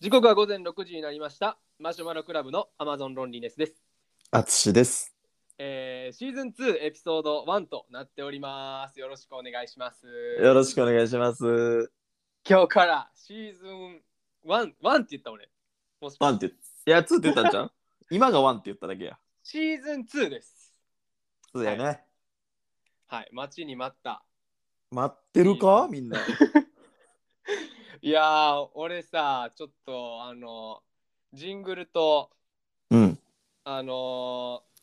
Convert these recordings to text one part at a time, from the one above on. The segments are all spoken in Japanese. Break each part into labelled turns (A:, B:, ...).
A: 時刻は午前6時になりました。マシュマロクラブのアマゾンロンリネスです。
B: あつしです。
A: えーシーズン2エピソード1となっております。よろしくお願いします。
B: よろしくお願いします。
A: 今日からシーズン1、1って言った俺。もう
B: ワンって言っいや、ツーって言ったんじゃん 今がワンって言っただけや。
A: シーズン2です。
B: そうだよね。
A: はい、待ちに待った。
B: 待ってるかみんな。
A: いやー、俺さ、ちょっとあの、ジングルと、
B: うん。
A: あのー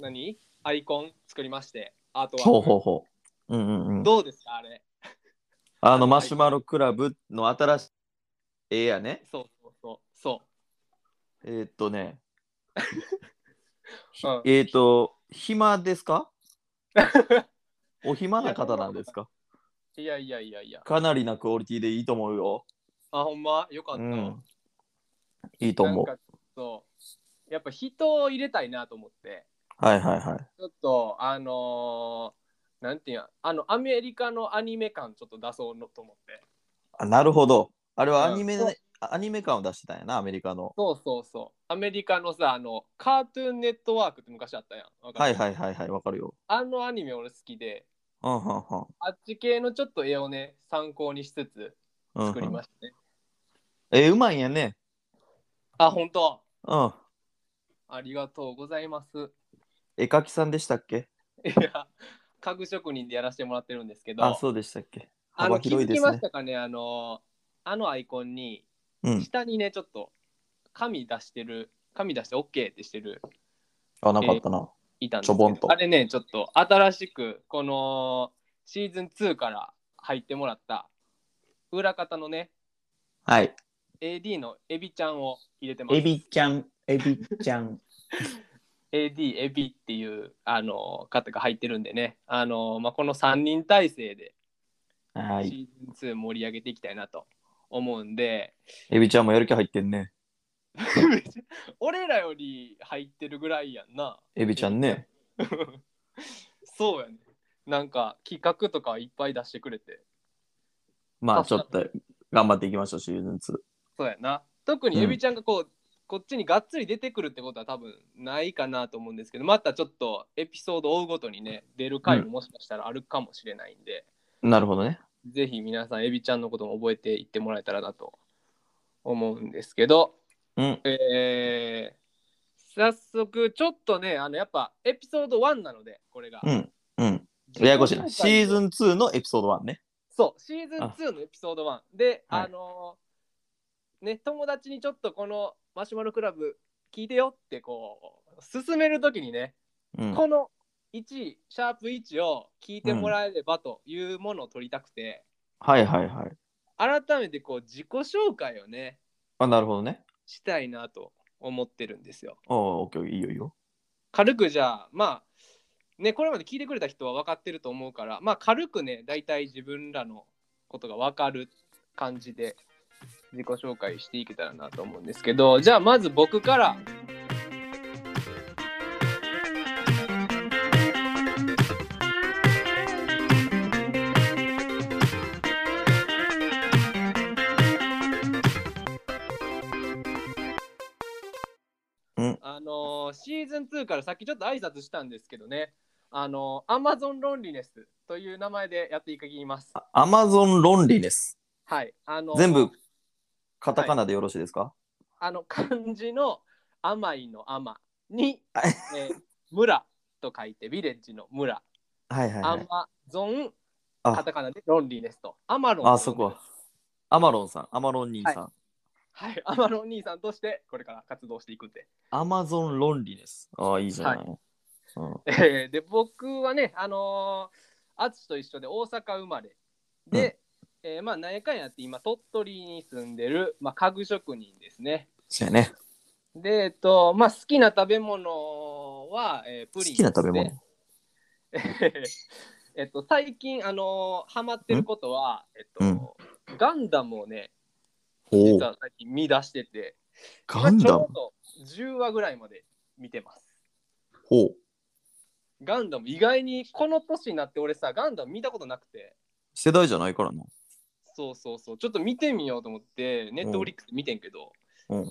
A: 何アイコン作りまして、アートワーク
B: ほうほうほう。うんうんうん。
A: どうですかあれ。
B: あの、マシュマロクラブの新しい絵やね。
A: そうそうそう。そう。
B: えー、っとね。
A: うん
B: えー、っと、暇です かお暇な方なんですか
A: いやいやいやいや。
B: かなりなクオリティでいいと思うよ。
A: あ、ほんまよかった。
B: うん。いいと思う
A: なん。かそう。やっぱ人を入れたいなと思って、
B: はいはいはい。
A: ちょっと、あのーなんていうんや、あの、アメリカのアニメ感ちょっと出そうのと思って。
B: あなるほど。あれはアニメ、
A: うんそう
B: アニメ感を出してたんやな、アメリカの。
A: そうそうそう。アメリカのさ、あの、カートゥーンネットワークって昔あったやん。わかる
B: はいはいはいはい、わかるよ。
A: あのアニメ俺好きで、
B: うんうんうん
A: あっち系のちょっと絵をね、参考にしつつ
B: うんうん
A: 作りましたね。
B: えーうまいんやね。
A: あ、ほんと。
B: うん。
A: ありがとうございます。
B: 絵描きさんでしたっけ
A: いや、家具職人でやらせてもらってるんですけど、
B: あ、そうでしたっけ
A: あの
B: 幅
A: 気
B: 広
A: づ
B: いで
A: き
B: すね
A: ましたかね、あの、あのアイコンに、
B: うん。
A: 下にね、ちょっと、紙出してる、紙出して OK ってしてる、
B: あ、なかったな。
A: いたんです
B: ちょぼんと
A: あれね、ちょっと、新しく、この、シーズン2から入ってもらった、裏方のね、
B: はい。
A: AD のエビちゃんを入れてます。
B: エビちゃん、エビちゃん。
A: AD エビっていうあの方が入ってるんでね、あのまあ、この3人体制で
B: はい。
A: シーズン2盛り上げていきたいなと思うんで、
B: エビちゃんもやる気入ってんね。
A: 俺らより入ってるぐらいやんな
B: エビちゃんね。
A: そうやねなんか企画とかいっぱい出してくれて
B: まあ
A: あ
B: ちょっと頑張っていきましょう、シーズン
A: そうやな特に
B: うん
A: エビちゃんがこう、こっちにがっつり出てくるってことは多分ないかなと思うんですけどまたちょっとエピソードを追うごとにね出る回ももしかしたらあるかもしれないんで、
B: 2。なるほどね。
A: ぜひ皆さんエビちゃんのことも覚えていってもらえたらなと思うんですけど
B: うん。
A: えー早速ちょっとねあのやっぱエピソード1なのでこれが、
B: うん。うん。ややこしいな。シーズン2のエピソード1ね。
A: そうシーズン2のエピソード1であ、
B: はい
A: のーね友達にちょっとこのマシュマロクラブ聞いてよってこう進めるときにね、
B: うん。
A: この1位シャープ1を聞いてもらえればというものを取りたくて、
B: はいはいはい。
A: 改めてこう自己紹介をね
B: あ、なるほどね。
A: したいなと思ってるんですよ。
B: おーオッケー、いいよいいよ。
A: 軽くじゃあまあねこれまで聞いてくれた人は分かってると思うからまあ軽くね大体自分らのことが分かる感じで自己紹介していけたらなと思うんですけどじゃあまず僕からあのーシーズン2からさっきちょっと挨拶したんですけどねあのー Amazon ロンリネスという名前でやっていきます
B: アマゾンロンリネス。
A: はいあのー
B: 全部カタカナでよろしいですか、
A: あの漢字の甘いの甘に
B: はい、
A: えー村と書いてビレッジの村、
B: はい、はいはいはい
A: アマゾンカ
B: あ
A: タカナでロンリーネスとアマロン
B: あそこはアマロンさん、アマロン兄さん。
A: はいアマロン兄さんとしてこれから活動していくんで、
B: アマゾンロンリネス。ああ、いいじゃない。
A: は
B: うん、
A: えーで僕はねあのー、淳と一緒で大阪生まれで、えーまあ何やかんやって今鳥取に住んでる、まあ、家具職人ですね
B: そうやね。
A: でえっとまあ好きな食べ物は、えープ
B: 好
A: リン
B: きな食べ物。
A: ですねえっと最近あのーハマってることは、えっと
B: うん
A: ガンダムをね
B: お
A: 実
B: お、
A: は最近見出してて
B: ガンダ
A: 今。
B: ム
A: ちょうど10話ぐらいまで見てます。
B: おう
A: ガンダム、意外にこの年になって俺さ、ガンダム見たことなくて、
B: 世代じゃないからな。
A: そうそうそう、ちょっと見てみようと思って、ネットフリックス見てんけど、
B: うん。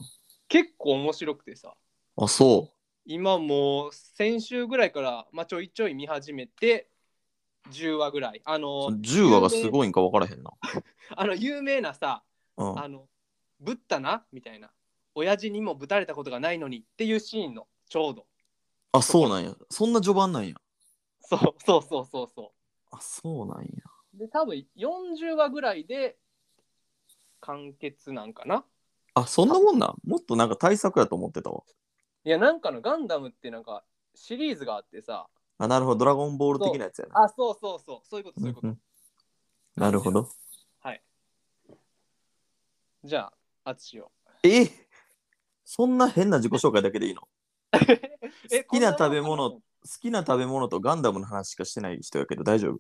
A: 結構面白くてさ
B: あ、そ
A: 今もう先週ぐらいから、まあ、ちょいちょい見始めて10話ぐらいあ
B: う。
A: の
B: 10話がすごいんか分からへんな。
A: あの有名なさ
B: うん。
A: あのぶったなみたいな親父にもぶたれたことがないのにっていうシーンのちょうど
B: あ、そうなんや。そんな序盤なんや。
A: そうそうそうそうそう
B: あ、そうなんや。
A: で多分40話ぐらいで完結なんかな
B: あ、そんなもんな。もっとなんか対策やと思ってたわ。
A: いやなんかのガンダムってなんかシリーズがあってさ
B: あ、なるほど。ドラゴンボール的なやつやな。
A: あそうそうそうそういうことそういうこと、
B: うんうんなるほど。
A: はいじゃあ淳よ
B: えそんな変な自己紹介だけでいいの好
A: え
B: 好きな食べ
A: こんなの
B: 物
A: かな
B: きな食べ物とガンダムの話しかしてない人やけど大丈夫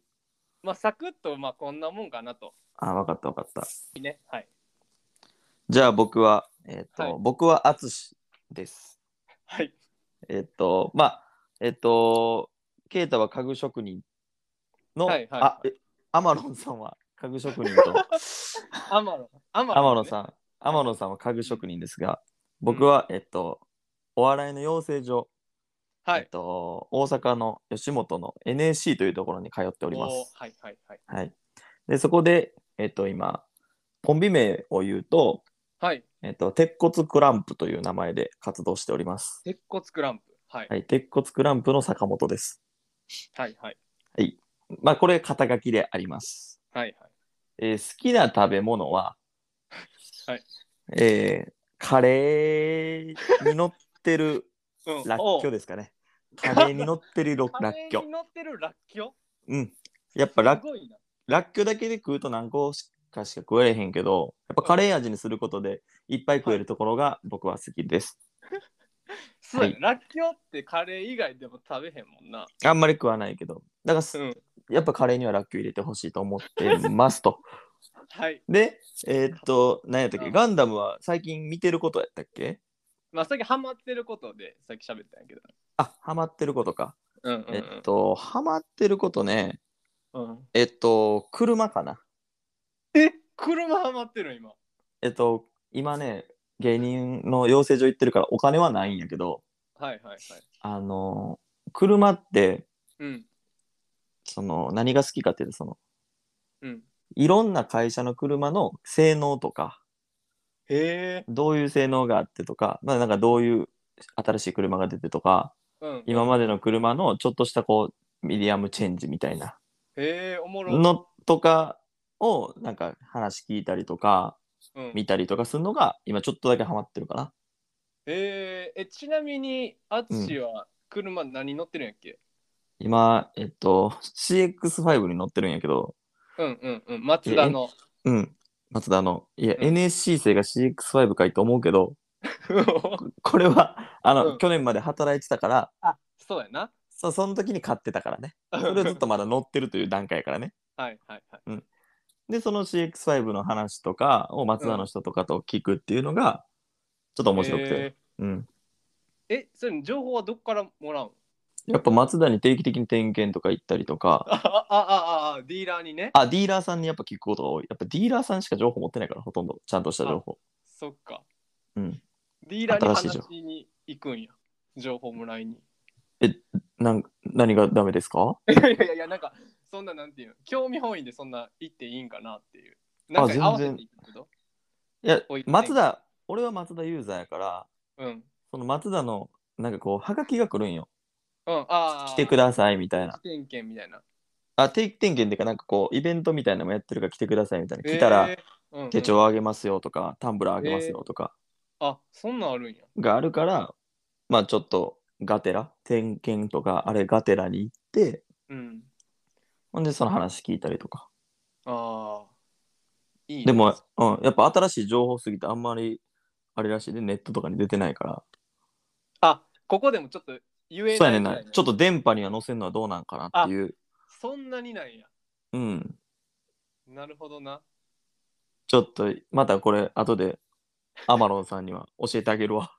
A: まあサクッとまあこんなもんかなと
B: あ、わかったわかった。
A: いいねはい
B: じゃあ僕は、えっ、と、
A: はい
B: 僕はアツシです。
A: はい
B: えっ、と、まあ、えっ、と、ケイタは家具職人の、
A: はいはい
B: あえアマロンさんは家具職人 と、
A: アマロンアマ
B: アマ
A: ロン
B: ロン
A: ね、
B: さん、アマロンさんは家具職人ですが、僕は、えっ、と、お笑いの養成所、
A: は
B: えっ
A: い
B: と、大阪の吉本の NSC というところに通っておりま
A: おー
B: す。
A: はいはいはい
B: はい、でそこで、えっと、今コンビ名を言うと、
A: はい
B: えっと、鉄骨クランプという名前で活動しております。
A: 鉄骨クランプはい
B: はい、鉄骨クランプの坂本です。
A: はいはい
B: まあ、これ肩書きであります。
A: はいはい
B: えー好きな食べ物は、
A: はい
B: えーカレーに乗ってる
A: うん
B: らっ
A: お
B: きょ
A: う
B: ですかね。カレーに乗ってるろ
A: カ
B: らっ
A: レ
B: き
A: ー
B: ょ
A: に。乗ってるらっきょ
B: うん。やっぱらっ
A: すごいな
B: らっきょうだけで食うと何個しかしか食えれへんけど、やっぱカレー味にすることでいっぱい食えるところが僕は好きです。
A: そうやね
B: は
A: らっきょってカレー以外でも食べへんもんな。
B: あんまり食わないけど、だからす、
A: うん。
B: やっぱカレーにはらっきょう入れてほしいと思ってます と。
A: はい。
B: で、えーっと、何やったっけ、ガンダムは最近見てることやったっけ
A: まあ、さっきハマってることで、さっき喋ったんやけど。
B: あ、ハマってることか。
A: うんうん、うん。
B: えっと、ハマってることね、
A: うん、
B: えっと、車かな。
A: え車ハマってる今。
B: えっと、今ね、芸人の養成所行ってるからお金はないんやけど、
A: はいはいはい。
B: あの、車って、
A: うん。
B: その何が好きかっていうとその
A: うん。
B: いろんな会社の車の性能とか
A: へえ。
B: どういう性能があってとか,、まあ、なんかどういう新しい車が出てとか
A: うん。
B: 今までの車のちょっとしたこうミディアムチェンジみたいな
A: へえ、おもろ。
B: のとかをなんか話聞いたりとか
A: うん、へ
B: 見たりとかするのが今ちょっとだけハマってるかな。
A: え。え、ちなみに、あつしは車何乗ってるんやっけ、
B: 今、えっと、CX5 に乗ってるんやけど、
A: うん、うんうんうんマツダの。
B: うん、松田の、いや、
A: うん
B: NSC 生が CX5 かいと思うけど、 これは、あの、
A: うん
B: 去年まで働いてたから、
A: あ そうやな。
B: そうその時に買ってたからね。それをずっとまだ乗ってるという段階やからね。
A: はいはいはい。
B: で、その CX5 の話とかを松田の人とかと聞くっていうのが、ちょっと面白くて、
A: へ
B: うん。
A: え。え、それ情報はどっからもらうん
B: やっぱ松田に定期的に点検とか行ったりとか、
A: あああああ、ディーラーにね。
B: あ、ディーラーさんにやっぱ聞くことが多い。やっぱディーラーさんしか情報持ってないから、ほとんど、ちゃんとした情報。
A: そっか。
B: うん。
A: ディーラーに
B: 新しい
A: 話
B: 情
A: しに行くんや。情報もら いに。
B: なん何がダメですか
A: いやいやいや、なんか、そんななんていうの、興味本位でそんな行っていいんかなっていう。なんか
B: 全然
A: 合わせていくけど。
B: いや
A: 置い、てない
B: 松田、俺は松田ユーザーやから、
A: うん。
B: その松田の、なんかこう、はがきが来るんよ。
A: うん、ああ。
B: 来てくださいみたいな。
A: 起点券みたいな。
B: あ、定期点検っていうか、なんかこう、イベントみたいなのもやってるから来てくださいみたいな。来たら
A: えー、うんうん
B: 手帳あげますよとか、タンブラーあげますよとか
A: あ、そんなんあるんや。
B: があるから、まあちょっとガテラ、点検とか、あれガテラに行って、
A: うん。
B: ほんでその話聞いたりとか。
A: ああ。いいね
B: でも、、うん、やっぱ新しい情報すぎてあんまり、あれらしいで、ネットとかに出てないから。
A: あ、ここでもちょっと言えない
B: そうやねんな
A: ぐらい。の
B: ちょっと電波には載せるのはどうなんかなっていう。
A: そんなになんや。
B: うん。
A: なるほどな。
B: ちょっと、またこれ、後で、アマロンさんには教えてあげるわ。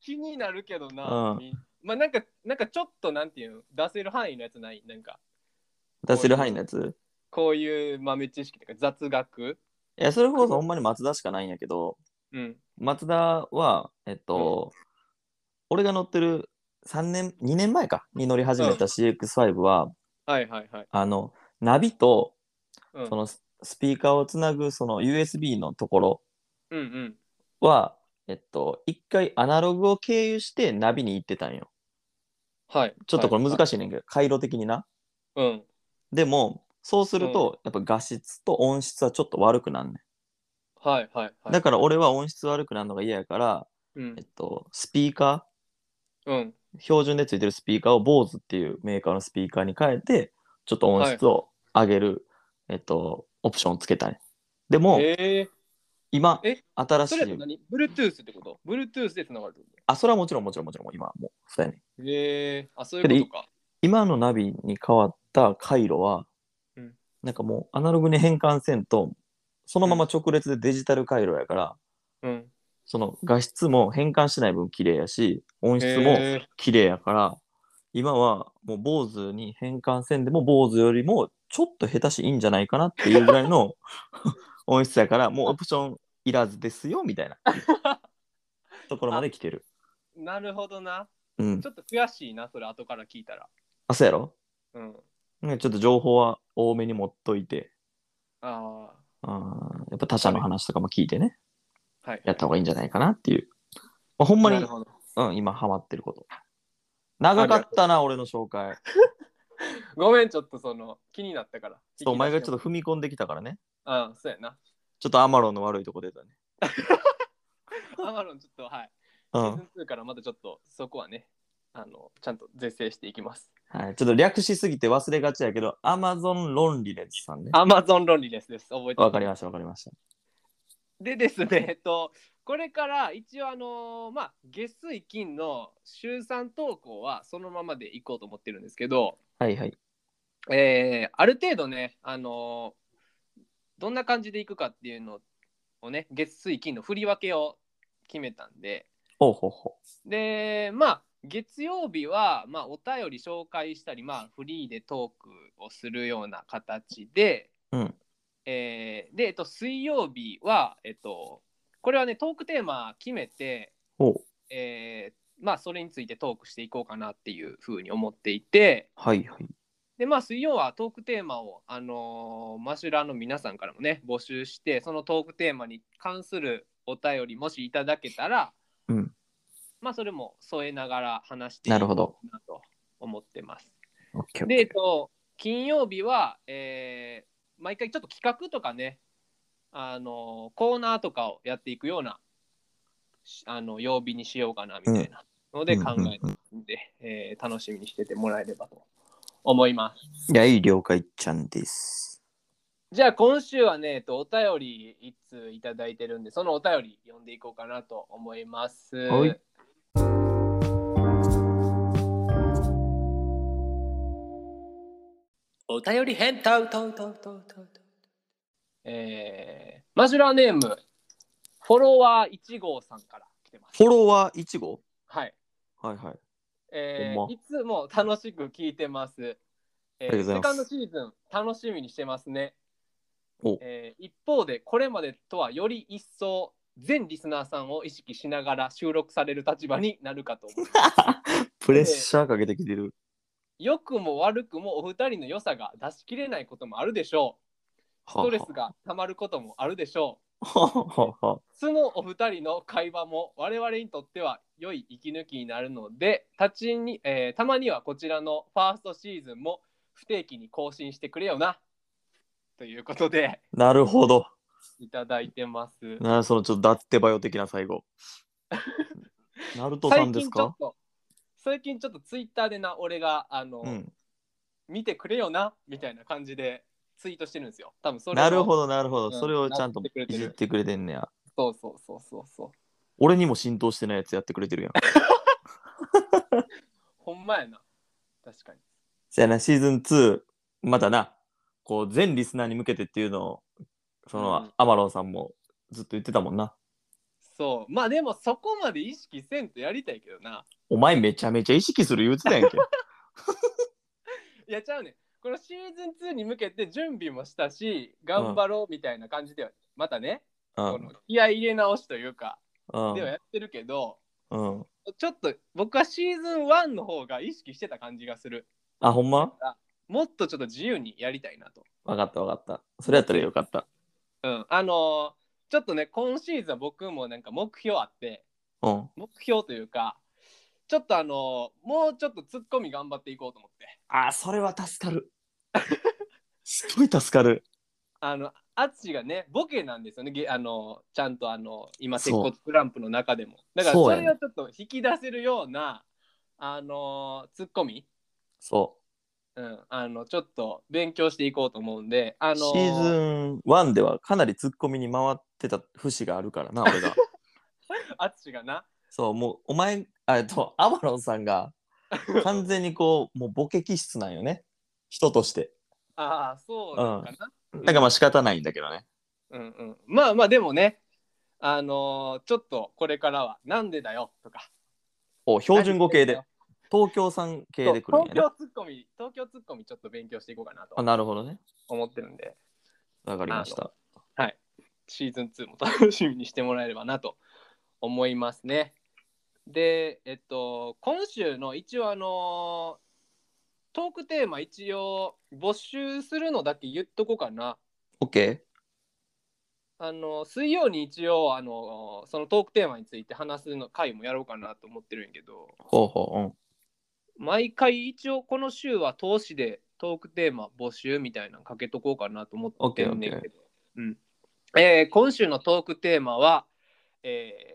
A: 気になるけど
B: う
A: な。
B: ん
A: まあなんか、なんかちょっとなんていうの、出せる範囲のやつない。なんか、
B: 出せる範囲のやつ。
A: こういう豆知識とか雑学。
B: いや、それこそほんまに松田しかないんやけど、
A: うん。
B: 松田は、えっと、俺が乗ってる3年、2年前かに乗り始めた CX5 は、
A: はいはいはい。
B: あの、ナビと
A: うん
B: そのススピーカーをつなぐその USB のところ
A: うんうん。
B: は、えっと、一回アナログを経由してナビに行ってたんよ。
A: はい。
B: ちょっとこれ難
A: し
B: しいねんけど、回路的にな。
A: い。うん。
B: でも、そうすると、やっぱ画質と音質はちょっと悪くなんね
A: はいはいは
B: ん。
A: い。
B: だから俺は音質悪くなるのが嫌やから、
A: うん
B: えっと、スピーカ
A: うん。
B: ー、標準でついてるスピーカーを BOSE っていうメーカーのスピーカーに変えて、ちょっと音質を上げる、えっと、オプションをつけたね。でも、
A: え
B: 今
A: え、ー、
B: 新し
A: それと
B: い。
A: 何 ?Bluetooth ってこと ?Bluetooth でつながるってこ
B: あ、それはもちろんもちろんもちろん、今はもう、そうやねん。
A: とえー、あ、そういうことか。
B: 今のナビに変わった回路は、
A: うん
B: なんかもうアナログに変換せんとそのまま直列でデジタル回路やから、
A: うん。
B: その画質も変換しない分綺麗やし音質も
A: えー
B: 綺麗やから、今はもう BOSE に変換せんでも BOSE よりもちょっと下手しいいんじゃないかなっていうぐらいの 音質やからもうオプションいらずですよみたいなところまで来てる。
A: なるほどな。
B: うん
A: ち、ょっと悔しいな、それ後から聞いたら。
B: あそうやろ
A: うん。
B: ねちょっと情報は多めに持っといて。
A: あ
B: あーやっぱ他者の話とかも聞いてね、
A: あ、はい。
B: やった方がいいんじゃないかなっていう。まあ、ほんま
A: な
B: に
A: る、ほど
B: うん、今ハマってること。長かったな、俺の紹介。
A: ごめん、ちょっとその、気になったから。
B: ちょっとお前がちょっ
A: と。
B: と踏み込んできたからね。
A: ああ、そうやな。
B: ちょっとアマロンの悪いとこ出たね。
A: アマロン、ちょっと、はい。
B: う
A: シーズン2からまたちょっと、そこはね、あの、ちゃんと是正していきます。
B: ん。はい。ちょっと略しすぎて忘れがちやけど、アマゾンロンリネスさんね。
A: アマゾン論理ですです。覚えて
B: わかり
A: ま
B: ました、わかりました。
A: す。でですね、えっと、これから一応あのーまあ、月水金の週3投稿はそのままでいこうと思ってるんですけど、
B: はいはい。
A: えーある程度ね、あのーどんな感じでいくかっていうのをね、月水金の振り分けを決めたんで、
B: おうほうほ
A: で、まあ、月曜日は、まあ、お便り紹介したり、まあ、フリーでトークをするような形で、
B: う。うん。
A: えーで、えっと、水曜日は、えっと、これはね、トークテーマ決めて、
B: おう。
A: えーまあ、それについてトークしていこうかなっていうふうに思っていて、
B: はいはい。
A: で、まあ、水曜はトークテーマを、あのーマシュラーの皆さんからもね、募集して、そのトークテーマに関するお便り、もしいただけたら、
B: うん
A: まあ、それも添えながら話してい
B: な
A: こ
B: る
A: う
B: ほ
A: か
B: ど。
A: なと思ってます。
B: オッケーオッ
A: で、えっ
B: ケ
A: と、金曜日は、えー毎回ちょっと企画とかね、あのコーナーとかをやっていくようなしあの曜日にしようかなみたいなので
B: うん
A: 考
B: うんうん
A: えてるんで、えー楽しみにしててもらえればと思います。
B: ー。いや、いい了解ちゃんです。
A: じゃあ今週はね、えっと、お便り一通いただいてるんで、そのお便り読んでいこうかなと思います。
B: はい
A: お便り返答とととととえー、マジュラーネーム、フォロワー1号さんから来てます。
B: フォロワー1号
A: はい。
B: はいはい。
A: え
B: ほん
A: ー、
B: ま
A: いつも楽しく聞いてます。え
B: ありがとうございま
A: セ
B: す
A: カンドシーズン楽しみにしてますね。
B: お
A: えー一方でこれまでとはより一層全リスナーさんを意識しながら収録される立場になるかと思います。
B: プレッシャーかけてきてる。
A: 良くも悪くもお二人の良さが出し切れないこともあるでしょう。ス
B: はあ
A: トレスが溜まることもあるでしょう。
B: はあはあはあ
A: そのお二人の会話も我々にとっては良い息抜きになるので立ちに、えーたまにはこちらのファーストシーズンも不定期に更新してくれよなということで
B: なるほど。
A: いただいてます。
B: なそのちょっと脱手バイオ的な最後。 ナルトさんですか
A: 最近ちょっと最近ちょっとツイッターでな俺があの、
B: うん。
A: 見てくれよなみたいな感じでツイートしてるんですよ。多分それを
B: なるほど、なるほ
A: う
B: ど。
A: ん
B: それをちゃんと
A: やってくれて
B: い
A: る
B: じってくれてんねや。
A: そうそうそうそうそう。
B: 俺にも浸透してないやつやってくれてるやん。
A: ほんまやな。確かに。
B: そやな、シーズン2、またな、こう、全リスナーに向けてっていうのを、その、
A: うん
B: アマロンさんもずっと言ってたもんな。
A: そう。まあでもそこまで意識せんとやりたいけどな。
B: お前めちゃめちゃ意識する言うてたや んけ。
A: いやちゃうねんこのシーズン2に向けて準備もしたし頑張ろうみたいな感じではまたね
B: うん
A: この気合い入れ直しというか、
B: うん
A: ではやってるけど、
B: うん
A: ちょっと僕はシーズン1の方が意識してた感じがする。
B: あほんま
A: もっとちょっと自由にやりたいなと。
B: わかったわかったそれやったらよかった
A: うん。あのーちょっとね、今シーズンは僕もなんか目標あって、
B: うん
A: 目標というか、ちょっとあのーもうちょっとツッコミ頑張っていこうと思って。
B: あそれは助 かるすごい助かる
A: あの、アツシがね、ボケなんですよね、げあのーちゃんとあのー今、
B: そ
A: 鉄
B: う
A: 骨クランプの中でも。だから
B: そう
A: そ
B: やね
A: れをちょっと引き出せるような、あのーツッコミ、
B: そ
A: うん、あの、ちょっと勉強していこうと思うんで、あ
B: う、
A: のー
B: シーズン1ではかなりツッコミに回ってた節があるからな俺が
A: アツシがな、
B: そうもうお前あえっと アバロンさんが完全にこうもうボケ気質なんよね人として
A: ああ、そうなのかな。
B: だからまあ仕方ないんだけどね
A: うんうん、まあまあでもねあのーちょっとこれからは「なんでだよ」とか
B: お標準語系で東京産系
A: そう
B: で来るん
A: 東
B: やね
A: 京ツッコミ東京ツッコミちょっと勉強していこうかな
B: あ
A: と
B: なるほどね
A: 思ってるんで
B: わかりました
A: シーズン2も 楽しみにしてもらえればなと思いますねでえっと今週の一応あのートークテーマ一応募集するのだけ言っとこうかな
B: OK
A: あのー水曜に一応あのーそのトークテーマについて話すの回もやろうかなと思ってるんやけど
B: ほうほううん
A: 毎回一応この週は投資でトークテーマ募集みたいなのかけとこうかなと思ってんねんけど、うんえー今週のトークテーマは、えー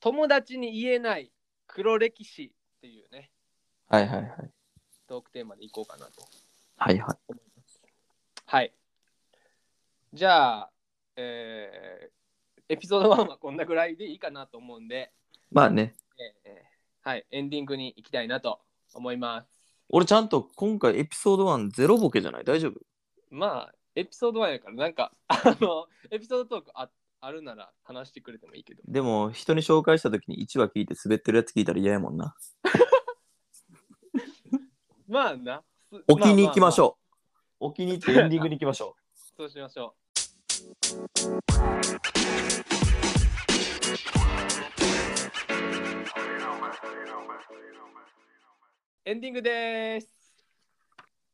A: 友達に言えない黒歴史っていうね
B: はいはいはい
A: トークテーマでいこうかなと
B: はいはい
A: 思いますはいじゃあ、えーエピソード1はこんなぐらいでいいかなと思うんで、
B: まあね
A: えーはいエンディングに行きたいなと思います
B: 俺ちゃんと今回エピソード1ゼロボケじゃない大丈夫
A: まあ、エピソード1やから、なんか、 あの、エピソードトークああるなら話してくれてもいいけど。
B: でも人に紹介した時に1話聞いて滑ってるやつ聞いたら嫌やもんな
A: まあな。す
B: 置きに行きまし
A: ああ
B: ょう置きに行ってエンディングに行きましょ
A: あそうしましょう。エンディングです。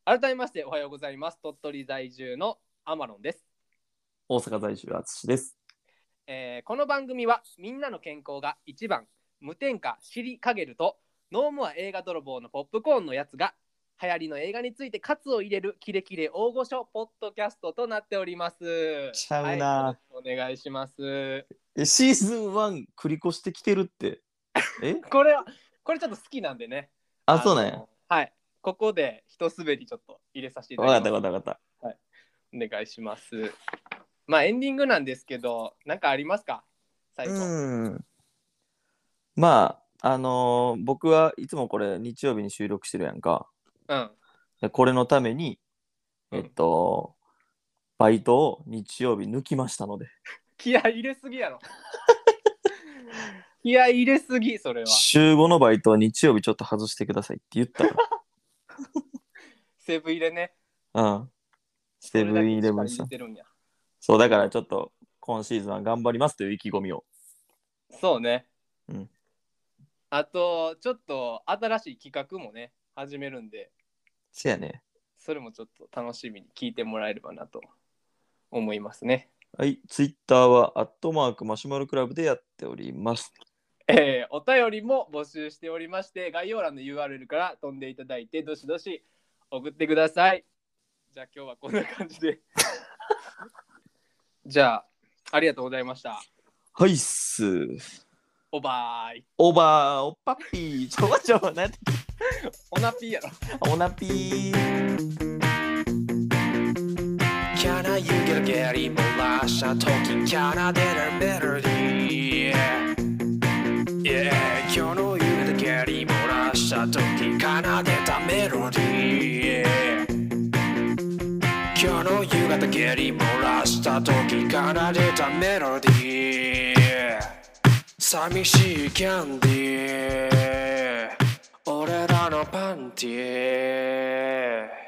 A: 改めましておはようございます。鳥取在住のアマロンです。
B: う大阪在住淳です
A: えーこの番組はみんなの健康が一番無添加シリカゲルとノーモア映画泥棒のポップコーンのやつが流行りの映画についてカツを入れるキレキレ大御所ポッドキャストとなっております。
B: ちゃうな
A: はいよろしくお願いします。
B: えシーズン1繰り越してきてるってえ
A: これはこれちょっと好きなんでね。
B: あそうなんや
A: のはい。ここで一滑りちょっと入れさせていた
B: わか
A: だ
B: った
A: き
B: わ
A: ます。
B: かったわかった
A: お願いします。まあエンディングなんですけど、なんかありますか？最後。
B: うん。まあ、あのー僕はいつもこれ日曜日に収録してるやんか。
A: うん。
B: でこれのために、
A: うん
B: えっと、バイトを日曜日抜きましたので、
A: 気合い入れすぎやろ気合い入れすぎそれは
B: 週5のバイトは日曜日ちょっと外してくださいって言ったか
A: セブン入れね
B: ら。 うん。セブンイレブン
A: そ
B: さ
A: れだけ力
B: ん。
A: 入れてるんや
B: そう、だからちょっと今シーズンは頑張りますという意気込みを。
A: そうね
B: うん
A: あとちょっと新しい企画もね始めるんで
B: せやね。
A: それもちょっと楽しみに聞いてもらえればなと思いますね
B: はい、ツイッターはアットマークマシュマロクラブでやっております。
A: えーお便りも募集しておりまして概要欄の URL から飛んでいただいてどしどし送ってくださいじゃあ今日はこんな感じでじゃあありがとうございました
B: はいっす。
A: おばーい。
B: オーバー、おっぱっぴー、ちょばちょば、なんて
A: オナピーやろ。
B: オナピー。
C: Can I you get a getty molasha talking Can I that a melody? Yeah, 今日の夕方ゲリ漏らした時奏でたメロディー今日の夕方ゲリ漏らした時奏でたメロディー寂しいキャンディー俺らのパンティー